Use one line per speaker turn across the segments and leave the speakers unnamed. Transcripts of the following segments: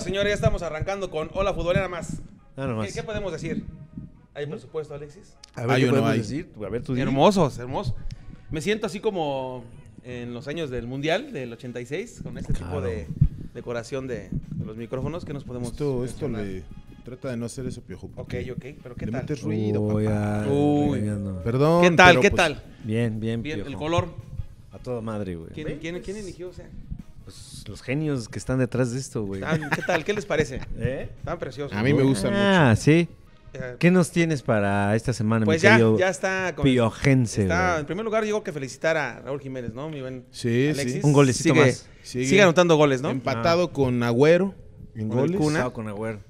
señores, ya estamos arrancando con Hola Futbolera más.
Nada
¿Qué,
más.
qué podemos decir? ¿Hay presupuesto, Alexis?
A ver,
Hay
¿qué
o no
podemos
hay?
decir? A ver, tú di.
Hermosos, hermosos. Me siento así como en los años del Mundial del 86, con este tipo
Claro.
de decoración de, de los micrófonos que nos podemos...
Esto, esto
mencionar?
le trata de no hacer eso, piojo.
Ok,
porque
ok, pero ¿qué
le
tal?
metes ruido,
Uy,
papá.
ya,
Uy.
regañando.
Perdón.
¿Qué tal?
pero,
¿Qué
pues,
tal?
Bien, bien.
Bien, el
piojo.
color.
A toda madre, güey.
¿Quién, quién, quién eligió? O sea,
Pues, los genios que están detrás de esto, güey.
están- ¿Qué tal? ¿Qué les parece?
¿Eh?
Están preciosos.
A mí me gusta
Ah, sí.
Eh,
¿Qué nos tienes para esta semana,
Pues
mi
ya,
querido
ya está. con-
piojense,
está en
güey?
primer lugar, digo que felicitar a Raúl Jiménez, ¿no? Mi buen
Sí, sí.
Un golecito
sigue,
más.
Sigue.
Sigue.
anotando goles, ¿no?
Empatado con Agüero. En
Con el
goles.
Kun. ¿eh? Cuna.
Estaba Con Agüero,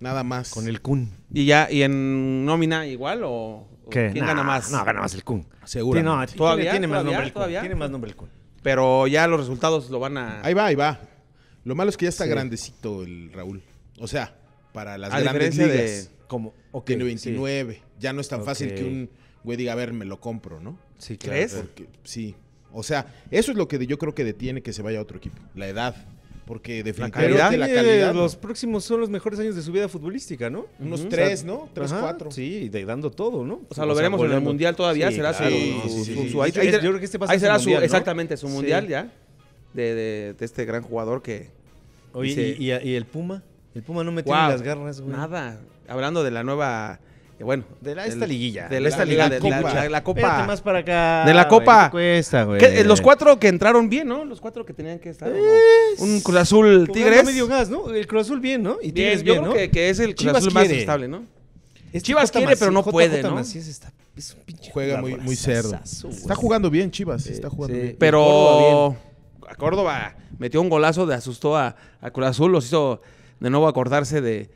Nada más.
con el Kun.
Y ya, ¿y en nómina igual o, o
¿Qué?
quién
Nah,
gana más?
No, gana más el Kun. Sí, no,
Seguramente.
tiene-
¿Todavía?
tiene más
¿Todavía?
nombre el Kun.
¿Todavía?
Tiene más nombre el Kun.
Pero ya los resultados lo van a...
Ahí va, ahí va. Lo malo es que ya está
Sí.
grandecito el Raúl. O sea, para las
A
grandes
diferencia de-
ligas.
Como, ok.
Tiene
sí.
29. Ya no es tan fácil
Ok.
que un güey diga, a ver, me lo compro, ¿no?
Sí, claro.
¿Crees?
Porque, sí. O sea, eso es lo que yo creo que detiene que se vaya a otro equipo. La edad. Porque definitivamente
calidad.
la calidad.
los próximos son los mejores años de su vida futbolística, ¿no?
Unos
Ujú.
tres, ¿no? Tres,
ajá,
cuatro.
Sí, y de- dando todo, ¿no?
O sea, lo veremos en el
goleando.
Mundial todavía,
Sí,
será
claro,
su,
no,
su-
sí, sí,
su-
sí.
su- ahí,
Yo
ahí-
creo que este va a
ahí
ser
será
su
su,
mundial, ¿no?
exactamente, su
Sí.
mundial ya, de, de- de este gran jugador que...
Oye,
Dice-
y, y- y el Puma? El Puma no me
Guau,
tiene las garras, güey.
Nada, hablando de la nueva, eh, bueno...
De la-
del-
esta liguilla.
De la,
La-
esta
la
liga, de la,
Copa.
la- la Copa...
Espérate más para acá.
De la
güey,
Copa.
¿qué cuesta, güey?
¿Qué? Eh, los cuatro que entraron bien, ¿no? Los cuatro que tenían que estar. ¿o no? Un Cruz Azul
Jugando
Tigres.
medio gas, ¿no? El Cruz Azul bien, ¿no? Y
Bien,
Tigres
yo
bien,
creo
¿no?
que, que es el Cruz
Chivas
Azul más
quiere.
estable, ¿no?
Este
Chivas
J.
quiere, pero no
J.
puede, ¿no?
Macías está, es un pinche
Juega muy, muy cerdo.
jugadorazazo, güey.
Está jugando bien, Chivas. está jugando
sí.
bien.
Pero
Eh, Córdoba
a Córdoba metió un golazo, de asustó a, a Cruz Azul, los hizo de nuevo acordarse de,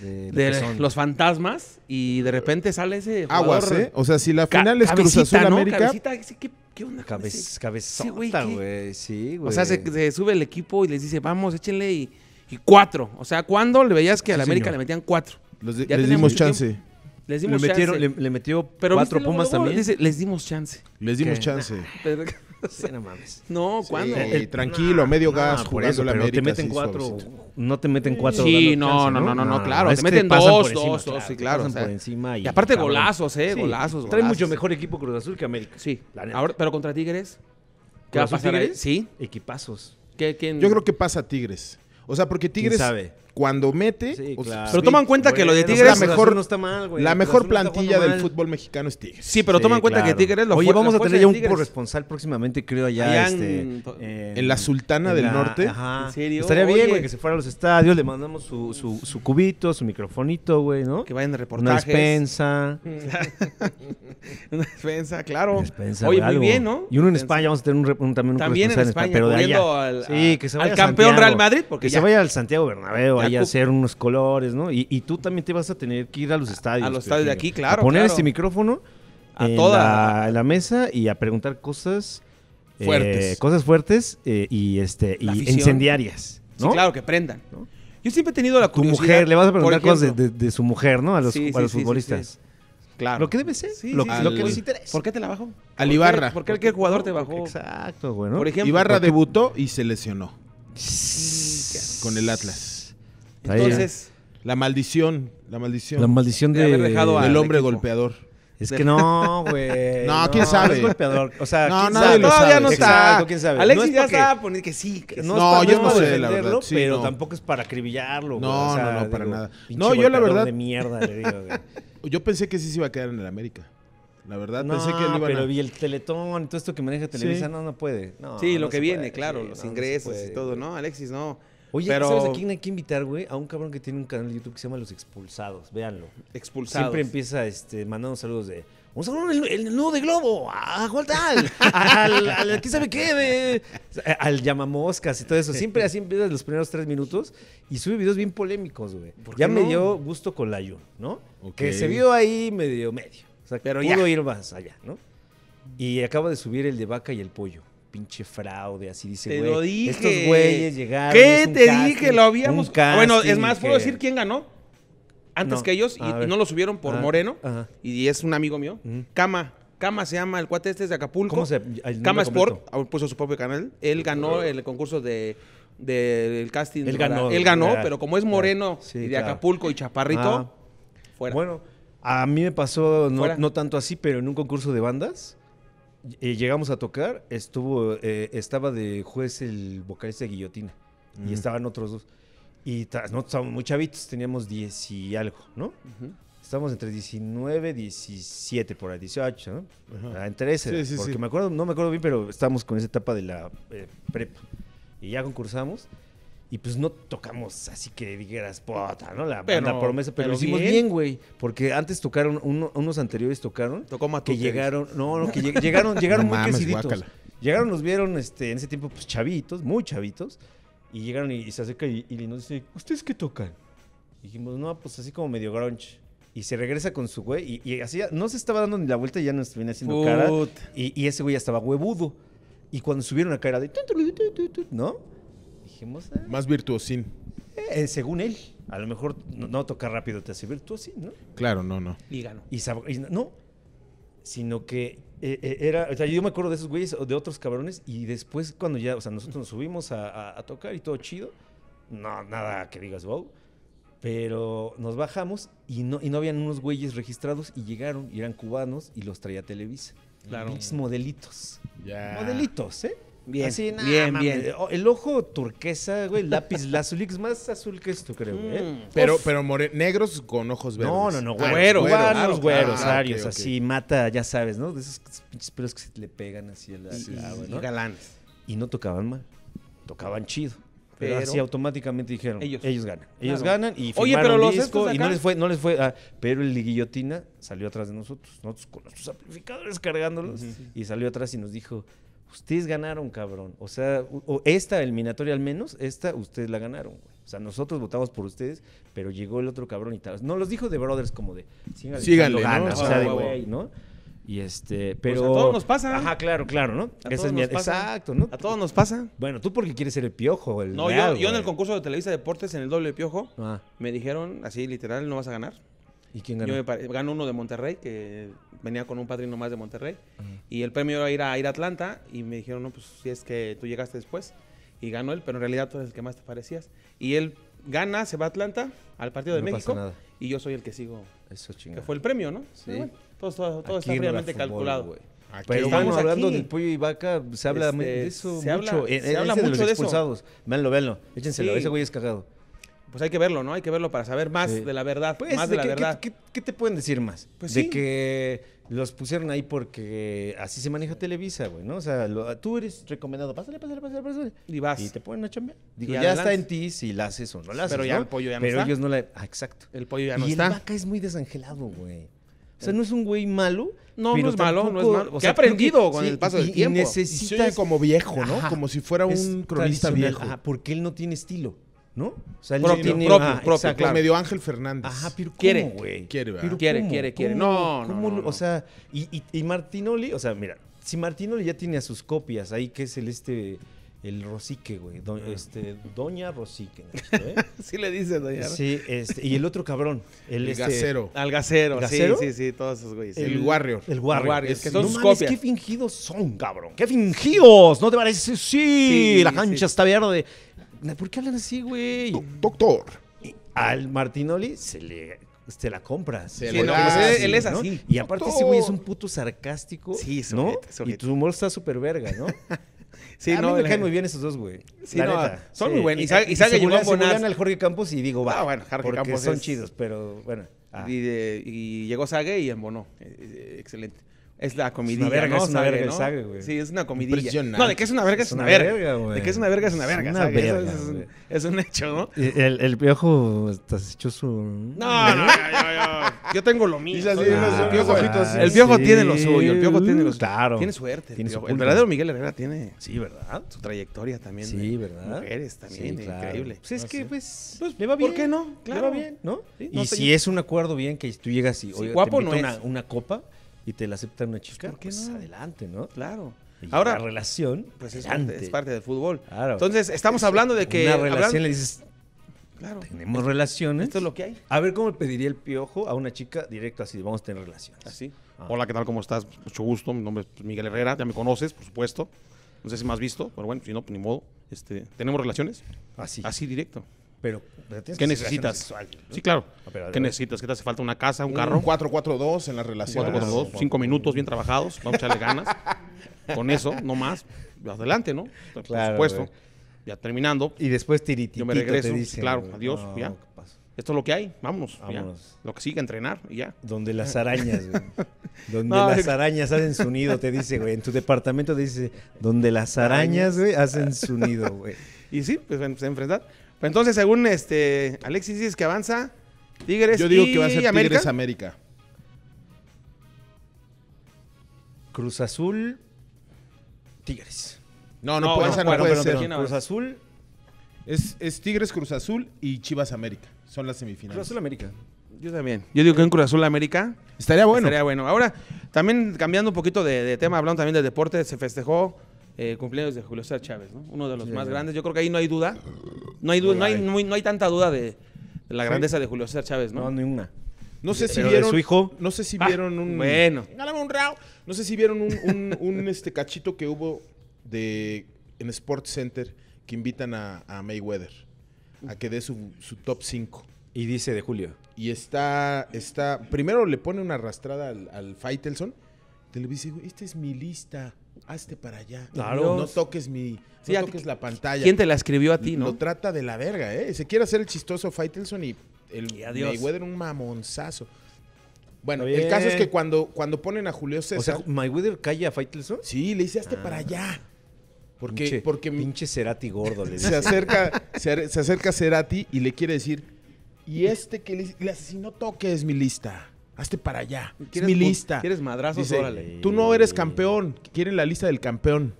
De,
de los fantasmas y de repente sale ese jugador.
Aguas, ¿eh? O sea, si la
Ca-
final es Cruz
cabecita,
Azul
¿no?
América,
Cabecita, ese- ¿qué, qué onda con ese? Sí, güey,
Cabezota,
¿qué?
güey. Sí, güey.
O sea, se, se sube el equipo y les dice, vamos, échenle y, y cuatro. O sea, ¿cuándo le veías que a la
Sí,
América
señor.
le metían cuatro?
los de-
Ya
les
tenemos
dimos chance.
tiempo. Les
le,
dimos
metieron, le,
chance.
le metió
Pero
cuatro
¿viste luego,
pumas
luego?
también.
Dice, les dimos chance.
Les dimos
¿Qué?
chance.
Pero-
Sí, no mames.
no, ¿cuándo?
Sí, tranquilo, a medio gas,
por
jugando
eso,
la
pero
América.
te meten
así,
cuatro.
suavecito.
No te meten cuatro.
Sí,
dando
no,
chance,
no, no, no, no, claro, te
es que
meten
pasan
dos,
por encima,
dos, dos, sí, claro,
pasan
o sea.
por encima y,
Y aparte
cabrón.
golazos, eh, golazos,
Trae
golazos.
mucho mejor equipo Cruz Azul que América.
Sí.
La neta.
Ahora, pero contra Tigres. ¿Qué
Cruz
va a
Azul,
pasar ahí?
Tigres,
Sí.
Equipazos.
¿Qué- quién?
Yo creo que pasa Tigres. O sea, porque Tigres
sabe?
cuando mete,
Sí,
o sea,
claro.
Pero toma en cuenta que lo de
Bueno,
Tigres-
Cruz Azul
mejor-
no está mal, güey.
la
Cruz
mejor
Azul no está
plantilla
jugando
del
mal.
fútbol mexicano es Tigres.
Sí, pero toma en cuenta
claro.
que Tigres lo
Oye,
fu-
vamos
la
a tener
fuerza
ya
de
un
Tigres.
corresponsal próximamente, creo, allá.
Allá
este,
en-
en la Sultana del Norte.
Ajá.
¿En serio?
Estaría
Oye.
bien, güey, que se fuera a los estadios, le mandamos su, su, su cubito, su microfonito, güey, ¿no?
Que vayan de
Una
reportajes.
despensa.
Una despensa, claro.
Una despensa,
Oye,
güey,
muy
algo.
bien, ¿no?
Y uno en
Despensa.
España, vamos a tener un, rep- un- también un
También en
corresponsal
España,
pero de
cubriendo
allá.
al-
sí, que se
al
vaya a
campeón
Santiago.
Real Madrid, porque
que
ya-
se vaya al Santiago Bernabéu,
Ya
ahí a
cu-
hacer unos colores, ¿no? Y, y tú también te vas a tener que ir a los estadios.
a los estadios de
Piojiño.
aquí, claro,
A poner
claro.
este micrófono
A
en
toda-
La, en la mesa y a preguntar cosas eh,
Fuertes.
cosas fuertes eh, y este
La
y
afición.
incendiarias,
Sí,
¿no?
claro, que prendan.
¿No?
Yo siempre he tenido la
Tu
curiosidad.
mujer, le vas a
por
preguntar cosas
ejemplo.
de, de- de su mujer, ¿no? A los,
Sí, sí,
a los
sí, sí,
futbolistas.
sí. Claro.
Lo que debe ser,
Sí,
lo,
sí,
lo
sí.
que
Al-
les interesa.
¿Por qué te la bajó?
Al Ibarra.
¿Por qué aquel jugador te bajó?
Exacto, güey, ¿no?
Por ejemplo.
Ibarra
porque-
debutó y se lesionó con el Atlas.
Ahí,
Entonces,
La maldición, la maldición
La maldición
De
de...
haber dejado
del
al
hombre
equipo.
golpeador.
Es
de-
que no, güey.
No, quién sabe.
es golpeador. O sea,
No,
¿quién
nadie
sabe?
lo
todavía
sabe.
no está.
Exacto, quién sabe.
Alexis
No es
ya
pa' que-
está poniendo que sí. Que
No,
sí.
es
No,
pa-
yo
es
no
pa'
sé, la
defenderlo,
verdad, sí,
pero
no.
tampoco es para acribillarlo, güey.
No,
o sea,
no, no, para nada.
pinche
No, yo la
golpeador
verdad-
de mierda, le digo, güey.
Yo pensé que sí se iba a quedar en el América. La verdad,
No,
pensé que lo iban
pero
a...
vi el teletón y todo esto que maneja Televisa, no, no puede. No,
Sí, lo
no
que
se
viene,
puede,
claro, los
sí, no, no se
ingresos
puede,
y todo,
güey.
¿no? Alexis, no.
Oye,
Pero-
¿sabes a quién hay que invitar, güey? A un cabrón que tiene un canal de YouTube que se llama Los Expulsados, véanlo.
Expulsados.
Siempre empieza este, mandando saludos de. Un saludo el, el nudo de globo, a Juan Tal, al, al, al quién sabe qué, de- al llamamoscas y todo eso. Siempre así empiezas los primeros tres minutos y sube videos bien polémicos, güey.
¿Por
Ya
qué
me
no?
dio gusto con la ¿no?
Ok.
Que se vio ahí medio medio. O sea,
Pero
Pero pudo
ya.
ir más allá, ¿no? Y acaba de subir el de vaca y el pollo. Pinche fraude, así dice,
Te
güey.
lo dije.
Estos güeyes llegaron.
¿Qué
es un
te
casting,
dije? Lo habíamos.
un casting
bueno, es más, puedo
que-
decir quién ganó. Antes
No,
que ellos, y,
a
y
ver.
no lo subieron por
Ah,
Moreno.
ajá.
Y es un amigo mío. Cama. Cama se llama el cuate este es de Acapulco.
¿Cómo se- el nombre
Cama
completo?
Sport. ah, Puso su propio canal. Él ganó el concurso de del casting.
Él
para-
ganó,
Él ganó,
¿verdad?
pero como es moreno
Sí,
y de
claro.
Acapulco y chaparrito,
Ah.
fuera.
Bueno, a mí me pasó no,
Fuera.
no tanto así, pero en un concurso de bandas eh, llegamos a tocar, estuvo, eh, estaba de juez el vocalista de Guillotina y estaban otros dos. Y ta- nosotros estábamos muy chavitos, teníamos 10 y algo, ¿no?
Ujú.
Estábamos entre 19, 17, por ahí, 18, ¿no?
Ajá.
Ah, Entre ese,
Sí, sí,
porque
sí.
me acuerdo, no me acuerdo bien, pero estábamos con esa etapa de la eh, prepa. Y ya concursamos. Y pues no tocamos así que dijeras, puta, ¿no? La
Pero-
banda promesa,
pero
pero, lo hicimos
bien.
bien, güey. Porque antes tocaron, uno- unos anteriores tocaron,
Tocó Matute.
que llegaron, no, no, que lleg- llegaron, llegaron
No
muy
mames,
creciditos.
guácala.
Llegaron, nos vieron este, en ese tiempo, pues chavitos, muy chavitos. Y llegaron y, y se acerca y, y nos dice, ¿ustedes qué tocan? Y dijimos, no, pues así como medio grunge. Y se regresa con su güey. Y, y así ya- no se estaba dando ni la vuelta, ya nos venía haciendo cara.
Put.
Y, y ese güey ya estaba huevudo. Y cuando subieron acá era de. tun, tun, tun, tun, tun, ¿No? Dijimos, "Ah,
Más virtuosín.
eh, según él, a lo mejor no, no tocar rápido te hace ver tú así, ¿no?
Claro, no, no.
Y ganó.
Y, sab- y no, sino que eh, eh, era, o sea, yo me acuerdo de esos güeyes, o de otros cabrones, y después cuando ya, o sea, nosotros nos subimos a, a- a tocar y todo chido, no, nada que digas, wow, pero nos bajamos y no, y no habían unos güeyes registrados y llegaron y eran cubanos y los traía Televisa.
Claro.
Pinches modelitos.
Ya.
Modelitos, ¿eh?
Ah. Bien,
Así, nah,
bien,
mames.
bien.
O- El ojo turquesa, güey, lápiz lazuli, es más azul que esto, creo, güey. ¿eh?
Mm.
Pero, pero more- negros con ojos verdes. Ah,
No, no, no, güeros.
güero,
güeros,
güero,
güeros,
claro,
güeros,
claro.
arios,
Ah, ok, ok.
así, mata, ya sabes, ¿no? De esos pinches pelos que se le pegan así a la
Y-
a la agua,
y
¿no?
galanes.
Y no tocaban mal, tocaban chido. Pero,
Pero-
así automáticamente dijeron, ellos,
Ellos.
ganan. Ellos
Claro.
ganan y
Oye, pero los
disco
estos
y
acá-
no les fue, no les fue, ah, pero el de guillotina salió atrás de nosotros, nosotros con nuestros amplificadores cargándolos y salió atrás y nos dijo, ustedes ganaron, cabrón. O sea, u- o esta eliminatoria al menos, esta ustedes la ganaron, güey. O sea, nosotros votamos por ustedes, pero llegó el otro cabrón y tal. No los dijo de brothers como de, síganle,
Síganle,
echando
¿no?
ganas", o sea, de
Ah, huevo.
güey, ¿no? Y este, pero
Pues a todos nos pasa.
Ajá, claro, claro, ¿no?
A
Esa
todos
es mi
nos pasa.
exacto, ¿no?
A todos nos pasa.
Bueno, tú porque quieres ser el piojo, el
No,
real,
yo, yo en
güey.
el concurso de Televisa Deportes, en el doble piojo,
Ah,
me dijeron así literal, no vas a ganar.
¿y quién
Yo
ganó?
me pare- gano uno de Monterrey, que venía con un padrino más de Monterrey. Y el premio era ir a, ir a Atlanta. Y me dijeron, no, pues si es que tú llegaste después. Y ganó él, pero en realidad tú eres el que más te parecías. Y él gana, se va a Atlanta, al partido de
No pasa
México.
nada.
Y yo soy el que sigo,
Eso
que
chingada.
fue el premio, ¿no?
Sí.
Pero bueno, todo, todo- todo
Aquí
está
no era
fríamente
fútbol,
calculado.
güey.
Aquí
Pero
estamos.
bueno, hablando
aquí.
del pollo y vaca, se habla
Este,
de eso
se habla-
mucho. Eh,
se
eh,
habla
ese de
mucho
los
de eso.
expulsados. Véanlo, véanlo. Échenselo.
Sí.
Ese güey es cagado.
Pues hay que verlo, ¿no? Hay que verlo para saber más
Sí.
de la verdad.
Pues,
más de
¿de
la
qué, qué-
verdad.
qué- qué te pueden decir más?
Pues
de
sí.
que los pusieron ahí porque así se maneja Televisa, güey, ¿no? O sea, lo- tú eres recomendado, pásale, pásale, pásale, pásale.
Y vas.
Y te ponen a chambear. Digo,
Y
ya
adelante.
está en ti si la haces o no la haces,
Pero ya
¿no?
el pollo ya no
Pero
está.
ellos no la... Ah, exacto.
El pollo ya
y
no
el
está.
vaca es muy desangelado, güey. O sea, no es un güey malo.
No,
pero
no es malo, no es
tampoco-
malo.
o
Que
sea,
ha aprendido
creo
con el paso
y-
del
y
tiempo.
Y se oye
necesitas
como viejo, ¿no?
Ajá.
Como si fuera
Es
un cronista
tradicional.
viejo.
Ajá, porque él no tiene estilo, ¿no? O sea, él
Propio,
no tiene...
propio,
ah,
propio,
exacto.
claro.
Medio Ángel Fernández.
Ajá, pero ¿cómo,
Quiere,
güey?
quiere, ¿verdad?
Pero
Quiere, quiere, quiere. No, no,
cómo
no,
lo-
no.
O sea, y, y, y Martinoli, o sea, mira, si Martinoli ya tiene a sus copias ahí, que es el este, el Rosique, güey. do- este, Doña Rosique. ¿no? ¿Eh?
Ah. Sí le dices, doña. ¿no?
sí, este, y el otro cabrón. El,
El
este,
gasero.
Al gasero,
¿Gasero?
sí, sí, sí, todos esos güeyes. sí.
El Warrior.
El Warrior.
Warrior, que
Sí.
son
no
sus
mames,
copias.
qué fingidos son, cabrón. ¡Qué fingidos! ¿No te parece? Sí,
Sí,
la cancha
sí.
está verde. ¿Por qué hablan así, güey?
Do- Doctor.
Y al Martinoli se le se la compra.
Se
Sí,
la
porque
da.
es
Él
es
¿no?
así.
Y aparte ese güey es un puto sarcástico.
Sí, es
¿no?
ojete, es
Y
ojete.
tu humor está súper verga, ¿no?
Sí,
a
no,
mí me
la-
caen muy bien esos dos, güey.
Sí,
la
no,
neta.
son
Sí.
muy buenos. Y sa- y sabe
se
que
bulean-
Iván
se bulean
Bonaz-
al Jorge Campos y digo, va.
Ah, bueno, Jorge
porque
Campos
son
es-
chidos, pero bueno. ah.
Y, de- y llegó Sage y embonó. Eh, eh, Excelente. Es la comidilla,
verga,
¿no?
es una
Sage,
verga el
¿no?
Sage, güey.
Sí, es una comidilla.
Impresionante.
No, de que es una verga es, una verga.
güey.
de que es una verga es una verga.
una
Sage, eso
verga,
es, es
güey.
un, es un hecho, ¿no?
Y Eh, El, el piojo hasta se echó su...
No, no,
Ah,
yo, yo, yo tengo lo mío.
Dice así,
soy-
unos-
el
unos
piojo,
ojitos así.
el piojo
Ah, Sí.
tiene lo suyo, el piojo tiene lo suyo.
Claro.
Ah, Tiene suerte. el
Tiene su
piojo. el
culpa.
verdadero Miguel Herrera tiene
Sí, ¿verdad?
su trayectoria también.
Sí,
de
¿verdad?
Mujeres también,
Sí, claro.
increíble.
Pues es
Ah,
que,
sí.
pues,
Pues,
le va
¿por
bien.
qué no?
Le
Claro.
va bien, ¿no?
Sí,
y
no te-
si es un acuerdo bien que tú llegas y, oye,
guapo
te
no
invito a
es.
una, una copa y te la acepta una chica,
¿por qué
pues
no?
adelante, ¿no?
Claro.
Y
Ahora,
la relación,
pues es parte,
adelante.
es parte del fútbol.
Claro.
Entonces, estamos hablando de que.
una
hablan-
relación le dices,
Claro.
tenemos relaciones.
Esto es lo que hay.
A ver cómo le pediría el piojo a una chica directo así, vamos a tener relaciones.
Así.
Ah.
Hola, ¿qué tal? ¿Cómo estás? Mucho gusto. Mi nombre es Miguel Herrera. Ya me conoces, por supuesto. No sé si me has visto, pero bueno, si no, pues ni modo. Este, tenemos relaciones.
Así.
Así directo.
Pero, pero tienes
¿Qué
que ser
necesitas?
sexual, ¿no?
Sí, claro.
Ah, pero, a
¿Qué
ver.
necesitas? ¿Qué te hace falta? ¿Una casa? ¿Un
Un
carro?
4-4-2 en las relaciones.
Cuatro, cuatro, dos, cinco minutos bien trabajados, vamos a echarle ganas. Con eso, no más, adelante, ¿no? Por
Claro,
supuesto.
güey.
Ya terminando,
Y después tiritito.
Yo me regreso, claro,
güey,
adiós,
no,
ya.
¿qué pasó?
esto es lo que hay, vámonos. ya.
Vámonos.
Lo que sigue, entrenar y ya.
Donde las arañas, güey. Donde
No,
las
es-
arañas hacen su nido, te dice, güey. En tu departamento te dice, donde las arañas, güey, hacen su nido, güey.
Y sí, pues en- se enfrentar. Pero entonces, según este Alexis dices que avanza Tigres
Yo digo
y
que va a ser Tigres
América.
América. América.
Cruz Azul, Tigres.
No, no,
No,
puede,
no,
esa no
bueno,
puede
pero-
ser.
pero-
Cruz Azul,
Es, es Tigres Cruz Azul y Chivas América. Son las
Cruz
semifinales.
Azul América.
Yo también. Yo digo que un Cruz Azul América.
Estaría bueno.
Estaría bueno. Ahora, también cambiando un poquito de, de tema, hablando también del deporte, se festejó eh, cumpleaños de Julio César Chávez, ¿no? Uno de los
Sí,
más
ya.
grandes. Yo creo que ahí no hay duda. No hay, du- no hay, no hay- no hay tanta duda de, de la grandeza de Julio César Chávez, ¿no?
No, ni una.
No sé si
Pero de
vieron.
su hijo.
No sé si
Ah,
vieron un.
bueno.
Gáname un round. No sé si vieron un, un- un, este cachito que hubo de en Sports Center que invitan a, a Mayweather a que dé su, su top 5.
Y dice de Julio.
Y está, está. Primero le pone una arrastrada al, al Faitelson. Te le dice, "Güey, esta es mi lista. Hazte para allá.
Claro.
No toques mi.
Sí,
no
a-
toques la pantalla.
¿Quién te la escribió a ti,
Lo
no?
trata de la verga, ¿eh? Se quiere hacer el chistoso Faitelson y el
Y adiós.
Mayweather un mamonzazo. Bueno,
Está
el caso es
bien.
que cuando, cuando ponen a Julio
O
César,
sea, Mayweather calla a Faitelson.
sí, le hice
Ah.
hazte para allá. Porque,
Pinche-
porque mi-
pinche Cerati gordo le
se
dice.
acerca se, ar- se acerca Cerati y le quiere decir, y este que le, le hace, si no toques mi lista, hazte para allá. Es
¿Quieres
mi
mu-
lista.
¿Quieres madrazos?
Dice,
Órale.
tú no eres campeón, quieren la lista del campeón.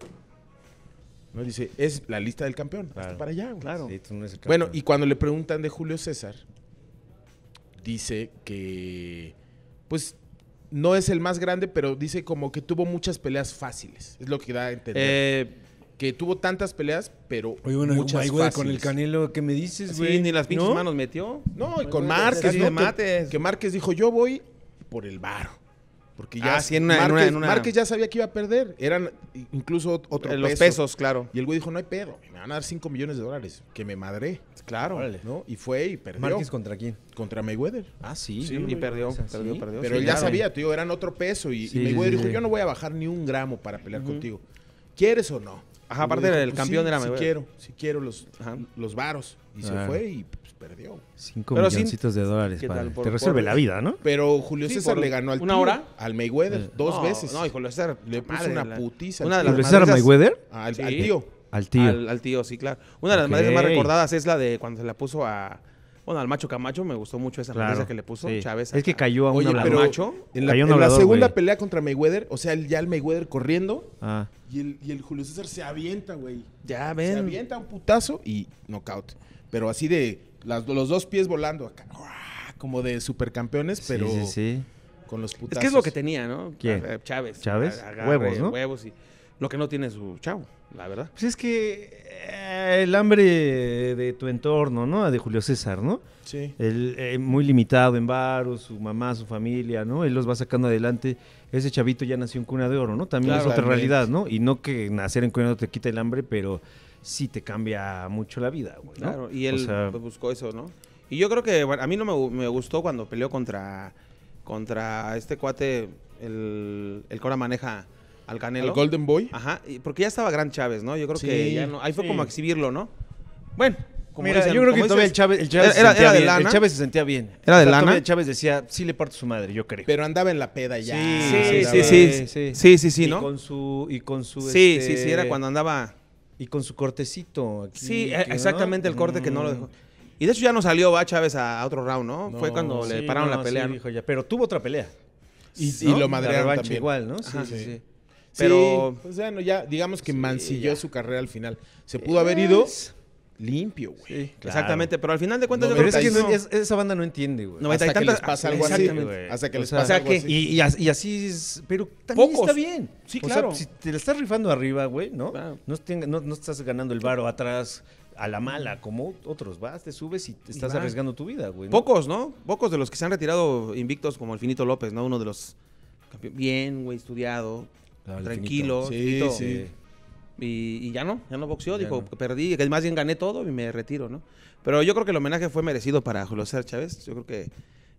No dice, es la lista del campeón,
Claro.
hazte para allá. güey.
Sí, tú no eres el
Bueno, y
campeón.
cuando le preguntan de Julio César, dice que, pues, no es el más grande, pero dice como que tuvo muchas peleas fáciles. Es lo que da a entender.
Eh,
que tuvo tantas peleas, pero
Oye, bueno,
muchas
Mayweather
fáciles.
con el Canelo, ¿qué me dices,
sí,
güey?
ni las pinches
¿No?
manos metió.
No, y
Mayweather,
con Márquez,
casi
¿no?
de
Que-
mates.
Que, Márquez dijo, yo voy por el varo. Porque ya
Ah, sí, en una- en
Márquez,
una- en una-
Márquez ya sabía que iba a perder. Eran incluso otro
Eh, los
peso.
pesos, claro.
Y el güey dijo, no hay pedo, me van a dar 5 millones de dólares. Que me madré. Claro.
Órale.
¿no? Y fue y perdió.
¿Márquez contra quién?
contra Mayweather.
Ah, sí.
Sí, y perdió, perdió, perdió.
Pero
Sí,
él ya
claro.
sabía, tío, eran otro peso. Y, y
Sí,
Mayweather
sí,
dijo,
sí.
yo no voy a bajar ni un gramo para pelear contigo. ¿Quieres o no?
Ajá,
Y
aparte
dijo, "Pues
era el campeón
sí,
de la
Si
Mayweather.
quiero, si quiero los,
Ajá.
los varos. Y se
Claro.
fue y pues, perdió.
Cinco
Pero sí-
milloncitos de dólares,
¿Qué tal
padre.
por-
Te resuelve
por-
la vida, ¿no?
Pero Julio
Sí,
César
por
le ganó al
una
tío,
hora.
al Mayweather dos
No,
veces.
No, y Julio César
Le puso
madre,
una
la-
putiza
Una de
al
las
¿Julio
más
César
risas-
Mayweather?
al,
Sí.
al tío.
Al tío.
Al, al tío, sí, claro. Una de las
Ok.
madres más recordadas es la de cuando se la puso a. Bueno, al macho Camacho me gustó mucho esa
Claro,
madriza que le puso
sí.
Chávez.
Es que
acá.
cayó a un
Oye,
hablador.
pero
macho.
en la,
Hay un
en la
hablador,
segunda
güey.
pelea contra Mayweather, o sea, el- ya el Mayweather corriendo
Ah.
y el, y el Julio César se avienta, güey.
Ya
Se
ven.
avienta un putazo y knockout. Pero así de las- los dos pies volando acá. ¡Uah! Como de supercampeones, pero
Sí, sí, sí.
con los putazos.
Es que es lo que tenía, ¿no?
¿Quién?
Eh, Chávez.
Chávez,
Agarre,
huevos, ¿no?
Huevos y. Lo que no tiene su chavo, la verdad.
Pues es que eh, el hambre de tu entorno, ¿no? De Julio César, ¿no?
Sí.
Él, eh, muy limitado en varos, su mamá, su familia, ¿no? Él los va sacando adelante. Ese chavito ya nació en cuna de oro, ¿no? También
Claro.
es otra
Totalmente.
realidad, ¿no? Y no que nacer en cuna de oro te quita el hambre, pero sí te cambia mucho la vida, güey. ¿no?
Claro, y
O
él
sea,
pues, buscó eso, ¿no? Y yo creo que bueno, a mí no me, gu- me gustó cuando peleó contra contra este cuate, el, el que ahora maneja al Canelo.
El Golden Boy.
Ajá, y- porque ya estaba gran Chávez, ¿no? Yo creo que
Sí,
ya no, ahí fue
sí.
como exhibirlo, ¿no? Bueno, como
Mira,
dicen-
yo creo que
como
todavía el
dices,
Chávez, el Chávez
era-
se sentía
era de
bien.
lana.
El Chávez se sentía bien.
¿Era de
todavía
lana?
El Chávez decía, sí le parto su madre, yo creo.
Pero andaba en la peda ya.
Sí,
andaba-
sí, sí, sí, sí, sí, sí,
y
¿no?
Con su, y con su.
Sí,
este,
sí, sí, era cuando andaba.
Y con su cortecito. aquí,
Sí,
que,
eh,
¿no?
exactamente el corte que no lo
Mm.
dejó. Y de hecho ya no salió, va Chávez a a otro round, ¿no? fue
No,
cuando le
Sí,
pararon
no,
la pelea.
sí,
¿no?
dijo ya, Pero tuvo otra pelea.
Y, y
¿no?
lo
La
madrearon
revancha
también.
igual, ¿no? Sí,
Ajá.
sí, sí.
Pero-
Sí, pues, bueno, ya digamos que mancilló su carrera al final. Se pudo
Es-
haber
pues,
ido limpio, güey.
Sí,
Claro.
Exactamente, pero al final de cuentas yo
Pero
creo
es que
que
no-
no-
es- esa banda no entiende, güey.
No,
Hasta que
tantas-
les pasa algo así.
Exactamente.
güey. Hasta que
O
les
sea,
pasa algo
que-
así.
Y, y as- y así, es- pero también
Pocos.
está bien.
Sí,
O sea,
claro.
si te la estás rifando arriba, güey, ¿no?
Claro.
No, tenga- no- no estás ganando el varo atrás a la mala, como otros. Vas, te subes y te estás
vas.
arriesgando tu vida, güey. ¿no?
Pocos, ¿no? Pocos de los que se han retirado invictos, como el Finito López, ¿no? Uno de los campeones. Bien, güey, estudiado,
Claro, el
tranquilo.
Finito. Ah, Sí,
Finito.
sí.
Y, y ya no, ya no boxeó,
Ya
dijo,
no.
perdí, que más bien gané todo y me retiro, ¿no? Pero yo creo que el homenaje fue merecido para Julio César Chávez. Yo creo que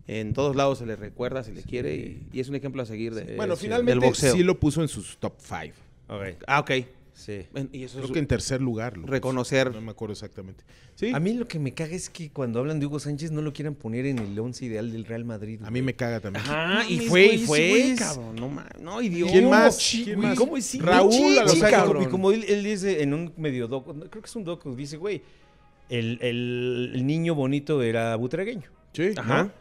en todos lados se le recuerda, se le quiere y, y es un ejemplo a seguir de,
Bueno,
eh, sí, del
finalmente
boxeo.
sí lo puso en sus top 5.
Ok.
Ah, ok.
Sí.
En- Y eso
Creo
es
que en tercer lugar. lo puso.
reconocer.
No me acuerdo exactamente. Sí,
A mí lo que me caga es que cuando hablan de Hugo Sánchez no lo quieran poner en el once ideal del Real Madrid.
a mí me caga también.
Ajá,
No
y fue,
mames, güey,
y
ese
fue,
güey es-
cabrón. No, ma- no, y Dios.
¿Quién más?
Chi-
¿Quién
güey,
más?
¿Cómo es?
Raúl
Chi-
Alonso,
Chi-
cabrón.
Y como él, él dice en un medio doc, no, creo que es un doc, dice, güey, el, el- el niño bonito era butragueño.
Sí,
Ajá.
¿no?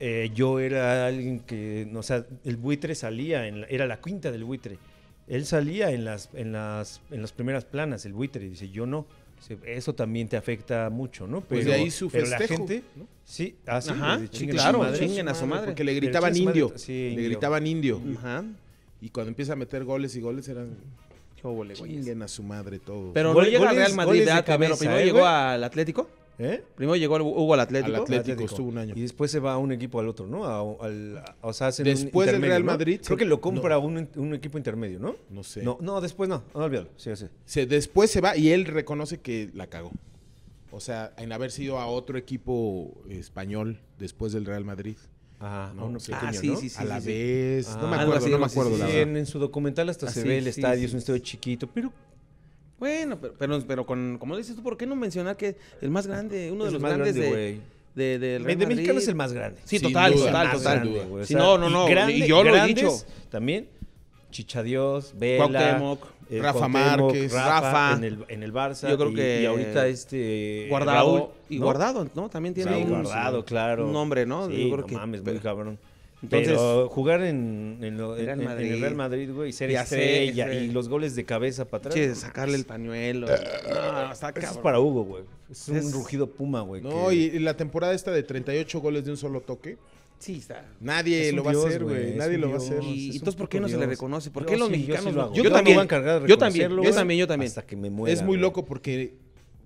Eh, yo era alguien que, no, o sea, el buitre salía, en la- era la quinta del buitre. Él salía en las, en las, en las primeras planas, el buitre, dice, yo no. Dice, Eso también te afecta mucho, ¿no?
Pues de ahí su
pero la
festejo,
gente,
¿no?
sí, así,
Ajá, sí, claro,
claro,
chinguen a su madre.
Porque le gritaban
Pero chingue su
indio.
madre, sí,
Le
indio.
gritaban indio.
Ajá.
Y cuando empieza a meter goles y goles eran.
Qué óvole, güey.
Chinguen a su madre todo.
Pero
Gol-
no llega al
Pues, goles-
Real Madrid
goles
de
de
Primero,
cabeza,
primero
¿eh,
llegó
güey?
al Atlético.
¿Eh?
Primero llegó el- Hugo al Atlético.
Al Atlético. estuvo un año.
Y después se va a un equipo al otro, ¿no? A- al- a- o sea, hacen un
Después del
intermedio,
Real
¿no?
Madrid,
Creo
sí.
que lo compra un, un equipo intermedio, ¿no?
No sé.
No, no, después no. No, olvídalo. Sí, sí.
Se, después se va y él reconoce que la cagó. O sea, en haber sido a otro equipo español después del Real Madrid.
Ah,
No,
uno
sí.
pequeño,
Ah, sí,
¿no?
sí, sí.
a la vez.
Ah,
no
algo
me acuerdo,
así,
no me
algo así,
acuerdo,
sí,
la
Sí,
verdad.
en, en su documental hasta se
Así,
ve el
sí,
estadio,
sí,
es un estadio chiquito, pero
Bueno, pero, pero, pero con, como dices tú, ¿por qué no mencionar que el más grande, uno de
Es el
los
más
grandes
grande,
de,
güey.
de, del
de
Real Madrid?
mexicano es el más grande.
Sí,
Sin
total,
duda,
total,
más
total.
grande, güey.
Sí, no, no, no. y yo lo he
grandes
dicho.
También Chichadios, Vela, eh,
Cuauhtémoc,
Rafa
Cuauhtémoc,
Márquez,
Rafa.
en el, en el Barça.
Yo creo
y-
que
y ahorita este
Guardado.
Raúl,
y
¿no?
guardado, ¿no? También tiene
Raúl
un
Guardado, claro.
un nombre, ¿no?
Sí,
Yo creo
no
que-
mames,
pero-
muy cabrón.
Entonces-
Pero jugar en, en lo- en-
Real
en- en
Madrid.
el Real Madrid, güey, ser
Ya sé,
estrella
ese-
y los goles de cabeza para atrás.
Che,
no
sacarle el pañuelo. No, está
Eso es
cabrón.
para Hugo, güey. Es un
Es-
rugido puma, güey.
No,
que-
y, y la temporada esta de 38 goles de un solo toque.
Sí, está.
Nadie
Es un
lo va
dios,
a hacer,
güey,
güey.
es
Nadie
un
lo va a
dios.
hacer.
Y
es un
entonces, ¿por qué
puto
no se le
dios.
reconoce? ¿Por
Yo
qué los
sí, yo
mexicanos
sí lo hago.
no?
Yo
Yo
me voy a
también.
encargar de
Yo también.
reconocerlo,
Yo
güey,
también, yo también.
hasta que me muera,
es muy
güey.
loco porque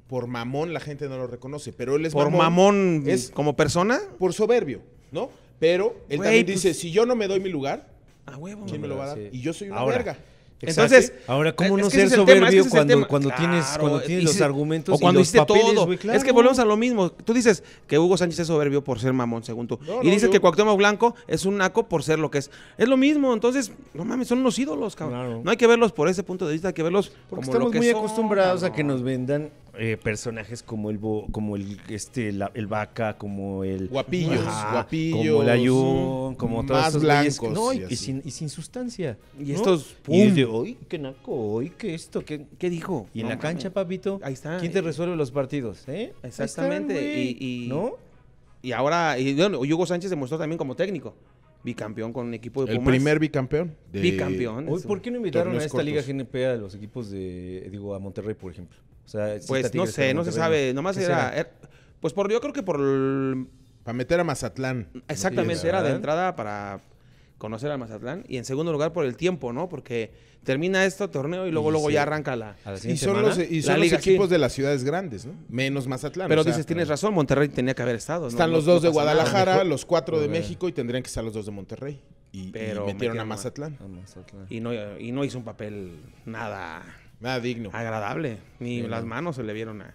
por mamón la gente no lo reconoce, pero él es
Por mamón
Es
como persona.
por soberbio, ¿no? Pero él
Güey,
también
pues-
dice, si yo no me doy mi lugar,
A huevo.
¿quién me lo va a dar?
Sí.
Y yo soy una
Ahora,
verga.
Entonces,
Exacto. ahora cómo
es- es
no
que
ser
ese es el tema,
soberbio
es que ese es el
cuando,
tema.
cuando tienes
Claro,
cuando tienes
y
los
si-
argumentos
o cuando
y los
hiciste
papeles,
todo.
güey,
Es que
claro.
volvemos a lo mismo. Tú dices que Hugo Sánchez es soberbio por ser mamón, según tú.
No,
y
no,
dices
yo-
que Cuauhtémoc Blanco es un naco por ser lo que es. Es lo mismo, entonces, no mames, son unos ídolos, cabrón.
Claro.
No hay que verlos por ese punto de vista, hay que verlos
Porque
como lo
estamos
que
muy
son,
acostumbrados a que
cabrón.
nos vendan eh, personajes como el bo- como el este la- el vaca, como el
Guapillos, guapillos,
como el ayun,
mm,
como todos
más
esos güeyes que-
blancos
no,
y
y,
así.
y sin, y sin sustancia.
Y
¿no?
estos,
y
pum.
de hoy qué naco, hoy qué esto, qué
¿Qué dijo?
y en
No
la
mames.
cancha, papito,
Ahí está. eh.
¿quién te resuelve los partidos? ¿Eh? Ahí están,
Exactamente,
güey,
y- y-
¿no?
Y ahora, y, bueno, Hugo Sánchez se mostró también como técnico. Bicampeón con un equipo de
El
Pumas.
primer bicampeón. de-
Bicampeón.
Hoy,
eso.
¿Por qué no invitaron a
torneos
esta liga
cortos.
GNP a los equipos de, digo, a Monterrey, por ejemplo? O sea, sí
Pues
está
no
Tigres,
sé,
pero
no se
Monterrey
sabe. Nomás
¿Qué
era,
será?
era- Pues por yo creo que por. el-
Para meter a Mazatlán.
Exactamente,
Sí,
era de
¿verdad?
entrada para conocer al Mazatlán. Y en segundo lugar por el tiempo, ¿no? Porque termina este torneo y luego,
Y
luego
sí.
ya arranca la.
A la
Y
siguiente
son
semana.
los, y
La
son los
liga,
equipos
sí.
de las ciudades grandes, ¿no? Menos Mazatlán.
Pero
o sea,
dices, tienes razón, Monterrey tenía que haber estado. ¿no?
Están
No-
los dos
no
de
pasa nada.
Guadalajara,
Mejor-
los cuatro de
Bueno.
México y tendrían que estar los dos de Monterrey. Y, y
Pero
metieron a
metieron a-
Mazatlán.
Ah, Mazatlán.
Y no, y no hizo un papel nada
Nada Ah, digno.
agradable. Ni las manos se le vieron a,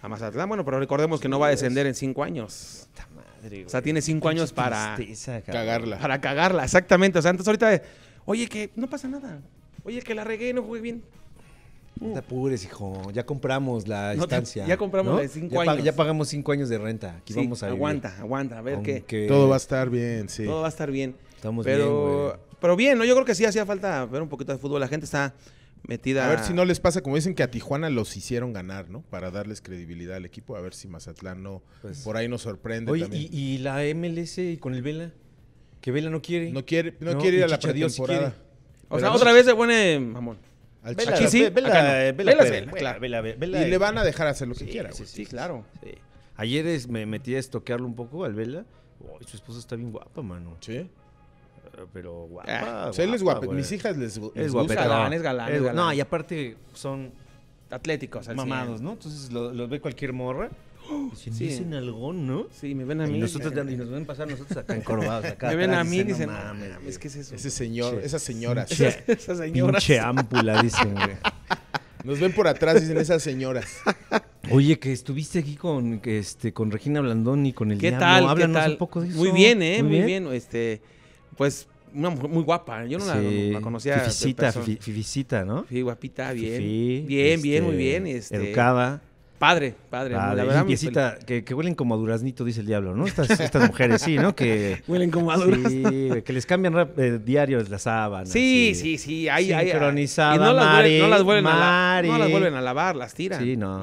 a Mazatlán. Bueno, pero recordemos que no va a descender en cinco años.
Puta madre, güey.
O sea, tiene cinco
Pinche
años para-
tristeza, cabrón.
Cagarla.
Para cagarla, exactamente. O sea, entonces ahorita, oye, que no pasa nada. Oye, que la regué, no jugué bien.
No te apures, hijo. Ya compramos la
No te-
estancia.
ya compramos
¿no?
la de cinco
Ya pa-
años.
Ya pagamos cinco años de renta. Aquí
Sí,
vamos a vivir.
Aguanta, aguanta, a ver qué.
Aunque
Todo va a estar bien, sí.
Todo va a estar bien.
Estamos bien,
pero,
güey.
pero bien, ¿no? Yo creo que sí hacía falta ver un poquito de fútbol. La gente está metida.
A ver si no les pasa, como dicen que a Tijuana los hicieron ganar, ¿no? Para darles credibilidad al equipo, a ver si Mazatlán no.
Pues-
por ahí nos sorprende
Oye,
también.
y, y la MLS y con el Vela? Que Vela no quiere.
no quiere, no
No,
quiere ir
y
a la
Chicharito sí
pretemporada.
quiere.
O sea, otra vez se pone mamón.
Al
Vela,
Chicharito.
Aquí sí,
ve- Vela,
acá no.
eh, Vela,
Vela es
puede,
Vela,
Vela,
claro.
Vela, Vela, Vela,
Y le van a dejar hacer lo que
Sí,
quiera,
sí,
güey.
Sí, claro.
Sí. Ayer es- me metí a estoquearlo un poco al Vela. Uy, su esposa está bien guapa, mano.
Sí.
Eh, Pero guapa.
Ah,
O sea, él es guapa.
güey.
Mis hijas
Es
les, les gusta.
guapetón.
galán, es galán, es
gu- No,
galán.
y aparte son
Atléticos, al
mamados,
cien.
¿no? Entonces lo- los ve cualquier morra. Dicen,
¡Oh! sí.
dicen algón, ¿no?
Sí, me ven a
Y
mí.
nosotros
me,
ya- y nos ven pasar nosotros acá encorvados. Acá
me ven
atrás,
a mí y dicen,
no
"Ah,
mames,
mames, ¿qué es eso?
Ese señor,
Che.
esas señoras.
Che.
Esa señora.
Pinche ámpula, dicen, güey.
Nos ven por atrás, dicen esas señoras.
Oye, que estuviste aquí con, que, este, con Regina Blandón y con el
¿Qué
Diablo.
tal? ¿Qué
Háblanos
tal?
un poco de eso.
Muy bien, ¿eh? Muy bien. Este, pues, una mujer muy guapa. Yo no la,
Sí.
la conocía. de
Fificita,
persona.
fifi- fificita, ¿no?
Sí, guapita, bien.
Fifí,
bien, bien, muy
este,
bien. Este,
Educada.
Padre, padre.
Ah,
la
de
verdad, muy
limpiecita, que, que huelen como a duraznito, dice el diablo, ¿no? Estas, estas mujeres, sí, ¿no? Que,
Huelen como a durazno.
sí, güey, que les cambian rap- eh, diarios la sábana.
Sí, sí, sí. Hay, hay-
Ah, Sincronizada,
y no las,
Mari,
vuelven, no, las vuelven a la-
Mari.
no las vuelven a lavar, las tiran.
Sí, no.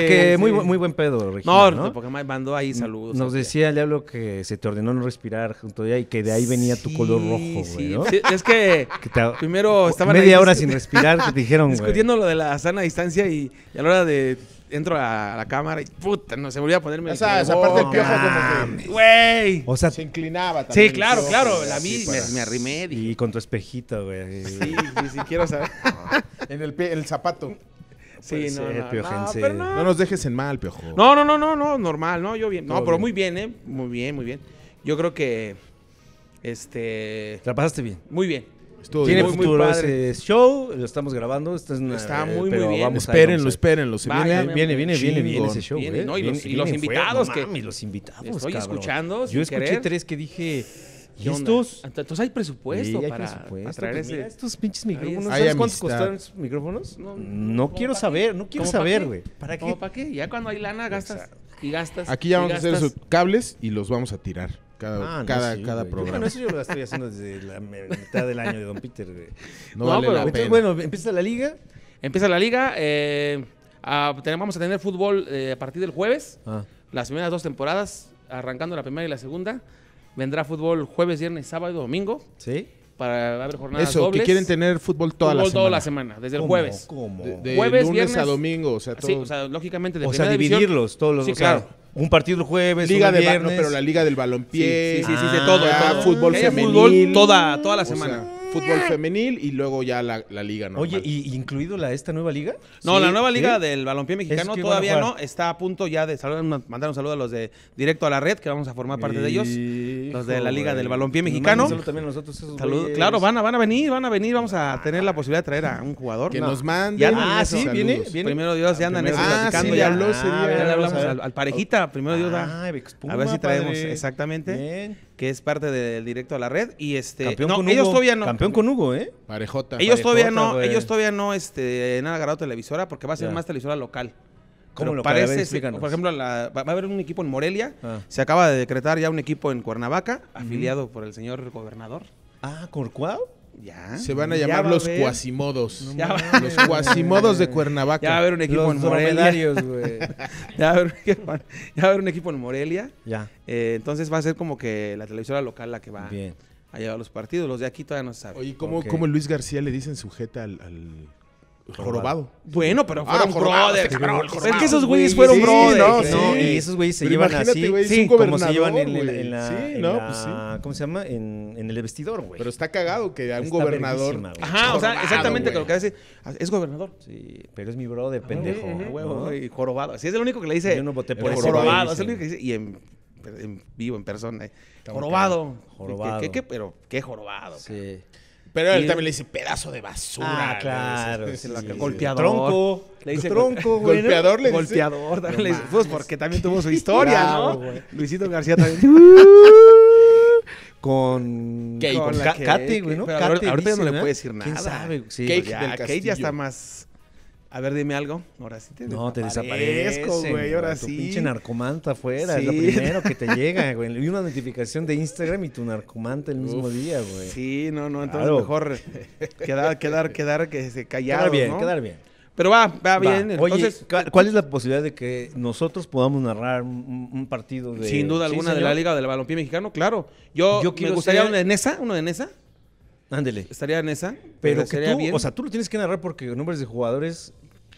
Sí,
que muy,
sí.
bu- muy buen pedo, Regina,
no,
¿no?
porque me mandó ahí saludos.
Nos decía el diablo que se te ordenó no respirar junto a ella y que de ahí venía tu color rojo, güey,
Sí,
¿no?
sí, es que
Que te-
primero estaban
media
ahí
hora
discu-
sin respirar, que te dijeron, güey.
discutiendo lo de la sana distancia y, y a la hora de entro a la cámara y puta, no se volvía a ponerme el
Esa, esa
calor.
parte del piojo como
mames.
que
Güey.
O sea,
se inclinaba también.
Sí, claro,
el piojo,
claro, la vi,
así
me,
para-
me arrimé, dije,
y con tu espejito, güey.
sí, sí, sí, quiero saber.
En el pie, el zapato.
Sí, no,
ser,
no, no,
piojense.
pero no.
No nos dejes en mal, piojo.
No, no, no, no, no, normal, no, yo bien. No,
Todo
pero
bien.
muy bien, ¿eh? Muy bien, muy bien. Yo creo que, este,
¿Te la pasaste bien?
muy bien.
Estuvo
Tiene
bien.
muy, muy
futuro
padre.
ese show, lo estamos grabando. Esto es una-
Está
eh,
muy, muy
pero
bien.
vamos a-
Espérenlo,
vamos a-
espérenlo. Se
Vaya,
viene
me-
Viene, viene, viene, viene
Chingón.
ese show,
Viene,
güey.
no, y los-
Viene-
y los
viene fuerte,
invitados
no
que-
mames, los invitados,
Estoy
cabrón.
escuchando, sin
Yo escuché
querer.
tres que dije, ¿y
¿Qué onda?
estos?
Entonces hay presupuesto
Sí, hay
para
presupuesto,
atraer
pues,
ese...
mira, estos pinches micrófonos.
está.
¿Sabes
Hay
cuántos
amistad.
costaron esos micrófonos? No,
No, ¿cómo
quiero
pa'
saber, no quiero
¿Cómo pa'
saber,
qué?
güey. ¿Para qué?
¿Cómo para qué? Ya cuando hay lana gastas y gastas.
Aquí ya
y
vamos a hacer
gastas.
sus cables y los vamos a tirar. Cada,
Ah, no,
cada,
sí,
cada
güey. Yo-
programa.
Bueno, eso yo lo estoy haciendo desde la me- mitad del año de Don Peter, güey.
no,
no,
vale
pero-
la
Entonces,
pena.
Ah, bueno, empieza la liga.
Empieza la liga. eh, ah, tenemos- vamos a tener fútbol eh, a partir del jueves.
Ah,
Las primeras dos temporadas, arrancando la primera y la segunda. Vendrá fútbol jueves, viernes, sábado y domingo.
¿sí?
Para va a haber jornadas
Eso,
dobles.
que quieren tener fútbol toda la
Fútbol
semana.
toda la semana, desde el
¿Cómo?
jueves.
¿Cómo?
De, de
Jueves,
lunes a
viernes.
domingo, o sea, todo.
Sí, o sea, lógicamente de
o sea,
primera división.
dividirlos todos los
Sí,
o sea,
claro.
Un partido el jueves,
liga
uno
de ba- no,
viernes.
pero la liga del balompié.
Sí, sí, sí, sí, de
Ah,
todo. de
ya,
todo.
fútbol
Que haya
femenil.
Fútbol toda, toda la
o sea,
semana.
fútbol femenil y luego ya la, la liga normal.
Oye, ¿y y incluido la esta nueva liga?
No,
Sí,
la nueva
sí.
liga del balompié mexicano
que van a
todavía
jugar.
no. Está a punto ya de saludar, mandar un saludo a los de Directo a la Red, que vamos a formar parte de ellos. Los de la Liga
Hijo,
del
güey.
Balompié
Nos
Mexicano.
mandan saludo también a nosotros esos
Saludo-
güeyes.
Claro, van a, van a venir, van a venir. Vamos a tener la posibilidad de traer a un jugador.
que
No.
nos
Ya
manden.
andan en
Ah,
eso.
sí, viene,
Saludos.
viene.
Primero Dios, ya andan en eso
Ah,
platicando.
sí, le
ya. Ah,
habló ese día.
Ya le
vamos
hablamos
a ver.
al, al parejita. Primero Dios, a,
Ay,
a ver si
Ah, Puma,
traemos
padre.
exactamente.
Bien.
Que es parte del Directo a la Red. Y este.
Campeón
no,
con
ellos
Hugo.
todavía no.
Campeón con Hugo, ¿eh?
Parejota.
Ellos todavía no,
güey.
ellos todavía no este, han agarrado televisora porque va a ser
Ya.
más televisora local.
¿Cómo
Pero
local? A ver,
Parece, ser-
explícanos.
por ejemplo, la- va va a haber un equipo en Morelia.
Ah.
Se acaba de decretar ya un equipo en Cuernavaca, afiliado por el señor gobernador.
Ah, ¿Corcuao?
Ya.
Se van a
Ya
llamar
va
los
haber-
cuasimodos.
Ya va,
Los cuasimodos de Cuernavaca.
ya va a haber un equipo
Los
en Morelia.
dromedarios, güey.
Ya va, a haber, un equipo- ya va a haber un equipo en Morelia.
ya.
Eh, entonces va a ser como que la televisora local la que va
Bien.
a llevar los partidos. Los de aquí todavía no se sabe.
Oye, ¿cómo,
Ok.
cómo Luis García le dicen sujeta al, al jorobado?
Bueno, pero
Ah,
fueron
jorobado,
brothers.
este cabrón, el
es
jorobado.
que esos güeyes fueron
Sí,
brothers.
no,
güey.
sí.
No, y esos güeyes se
Pero
llevan
imagínate,
así.
güey, es un
como se llevan en,
gobernador,
la- en la.
güey. Sí,
en
no,
la-
pues sí.
¿Cómo se llama? En, en el vestidor, güey.
Pero está cagado que a un
Está
gobernador.
verguísima, güey.
Ajá, o sea,
Jorobado,
exactamente
güey.
lo que hace. Es gobernador.
Sí, pero es mi brother,
A
pendejo.
huevo, a huevo,
¿no?
y jorobado. Así es el único que le dice.
Yo no voté
el
por
ese
jorobado.
güey,
Es el único que dice. Y en, en vivo, en persona. eh. Jorobado.
Jorobado.
¿Qué, qué- qué- pero qué jorobado.
Sí.
Pero él
Y-
también le dice pedazo de basura.
Ah, claro.
güey.
sí.
la-
Sí.
golpeador.
Tronco.
Le dice
tronco, güey. ¿no?
Golpeador le dice.
Golpeador.
No
dale,
mames.
pues, porque también tuvo su historia,
Claro,
¿no?
güey.
Luisito García también.
Con.
Kate.
Con
Con
la
la
Kate,
Kate, güey, ¿no?
pero ahorita-
Kate
ahorita ya no ¿eh?
dice, "Ah,
le puedes decir
¿Quién
nada.
sabe? güey? Sí, pues
Kate
ya.
pues Ya,
del
Kate ya
Castillo.
está más. A ver, dime algo. Ahora sí te
No, te
desaparezco,
desaparezco,
güey. Ahora
tu
sí.
pinche narcomanta afuera. Es lo
Sí.
primero que te llega, güey. Y una notificación de Instagram y tu narcomanta el mismo día, güey.
Sí, no, no. Entonces
Claro.
mejor quedar, quedar, quedar que se
Quedar
callados,
bien,
¿no?
quedar bien.
Pero va, va
Va.
bien. Entonces,
Oye, ¿cu- ¿cuál es la posibilidad de que nosotros podamos narrar un, un partido de.
Sin duda
Sí,
alguna de
señor.
la Liga o del Balompié Mexicano, claro. Yo,
Yo
me
quiero
gustaría
ser-
uno de Nesa, uno de Nesa,
Ándele.
estaría Nesa,
Pero
pero
que
sería
tú,
bien.
o sea, tú lo tienes que narrar porque nombres de jugadores.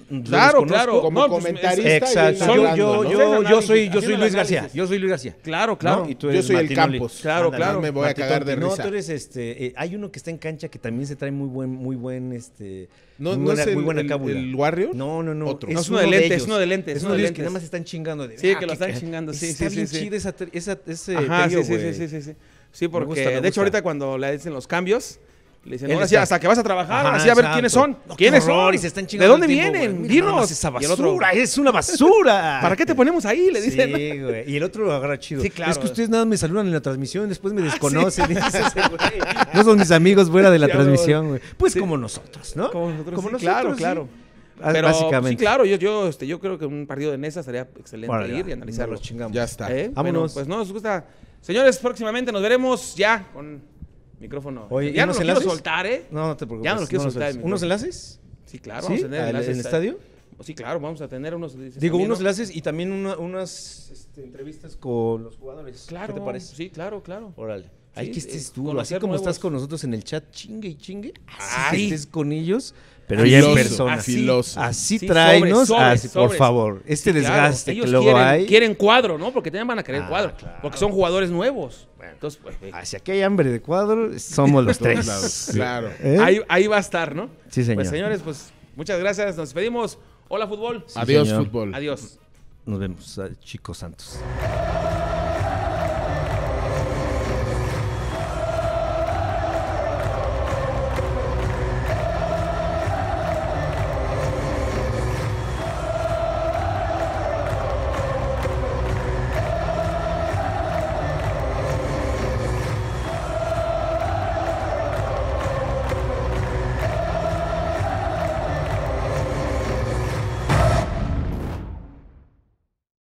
los
Claro,
desconozco.
claro.
Como
No, pues,
comentarista.
Exacto.
Solo
Yo, yo,
¿no?
yo, yo
Análisis,
soy, yo soy
haciendo
Luis
el
García.
análisis.
Yo soy Luis García.
claro, claro.
¿no? Y tú
Yo
eres
soy el
Martinoli.
Campos.
Claro,
Ándale.
claro.
Me voy a
Martín
cagar de
Tolti. No,
risa.
tú eres este. eh, hay uno que está en cancha que también se trae muy buen, muy buen, este.
No,
muy
no
buena,
es el,
muy buena
el-
cábula.
el Warrior.
No, no, no.
Otro.
No, es uno de lentes,
ellos.
es uno de lentes,
Es uno de ellos que nada más están chingando. De,
Sí,
"Ah,
que lo están
ca-
chingando, sí,
Está
sí,
bien
sí, sí.
chida esa, tri- esa, ese
Ajá,
trío,
sí, sí, sí,
güey.
sí, sí, sí. Sí,
Me
porque
gusta, me
de hecho
gusta.
ahorita cuando le dicen los cambios, Le dicen,
Él
ahora sí,
está-
hasta que vas a trabajar,
Ajá,
así Ah, a ver
exacto.
quiénes son.
No, qué
¿Quiénes
horror,
son?
y se están
¿De
chingando
dónde
el tiempo, güey.
vienen?
Mira
Dinos.
nada más esa
Y el otro,
basura, es una basura.
¿Para qué te ponemos ahí? Le dicen.
Sí, güey. Y el otro lo agarra chido.
Sí, claro. Ah,
Es que ustedes nada más me saludan en la transmisión, después me desconocen. Dices ese, güey. No son mis amigos fuera de la
Ya,
transmisión, güey. Pues
Sí.
como nosotros, ¿no?
Como nosotros, sí,
sí.
claro,
Ah,
Pero, pues,
Básicamente.
sí, claro, yo, yo, este, yo creo que un partido de Nesa estaría excelente
Órale,
ir y
va.
analizarlo.
Nos chingamos.
Ya está.
¿Eh? Bueno,
Vámonos.
pues no, nos gusta. Señores, próximamente nos veremos ya con micrófono.
Oye, ¿y
ya no
unos
lo quiero
enlaces?
soltar, ¿eh?
No, no te preocupes.
Ya no lo quiero
nos
soltar,
ves.
mi
¿Unos
bro.
enlaces?
Sí, claro,
¿Sí?
vamos a tener
¿Al-
enlaces. Oh,
¿En el estadio?
Sí, claro, vamos a tener unos. dices,
Digo,
también,
unos
¿no?
enlaces y también una- unas este, entrevistas con los jugadores.
Claro.
¿Qué te parece?
Sí, claro, claro.
Órale. Hay
Sí,
que estés
eh,
tú, así
conocer
como estás
nuevos. Ah,
con nosotros en el chat, chingue y chingue. Así que
Ay.
estés con ellos, pero ya en
Filoso,
persona.
así. Filoso.
Así
Sí,
tráenos,
sobres, sobres,
así, por
sobres.
favor. Este
Sí, claro,
desgaste
ellos
que luego
quieren,
hay.
Quieren cuadro, ¿no? Porque también van a querer
Ah,
cuadro.
claro.
Porque son jugadores nuevos. Entonces, pues, eh,
Hacia que hay hambre de cuadro, somos los
Todos
tres.
lados,
Sí.
Claro.
¿Eh?
ahí, ahí va a estar, ¿no?
Sí, señor.
Pues, señores, pues muchas gracias. Nos despedimos. Hola, fútbol.
Adiós,
señor.
fútbol.
Adiós.
Nos vemos, ah, chicos santos.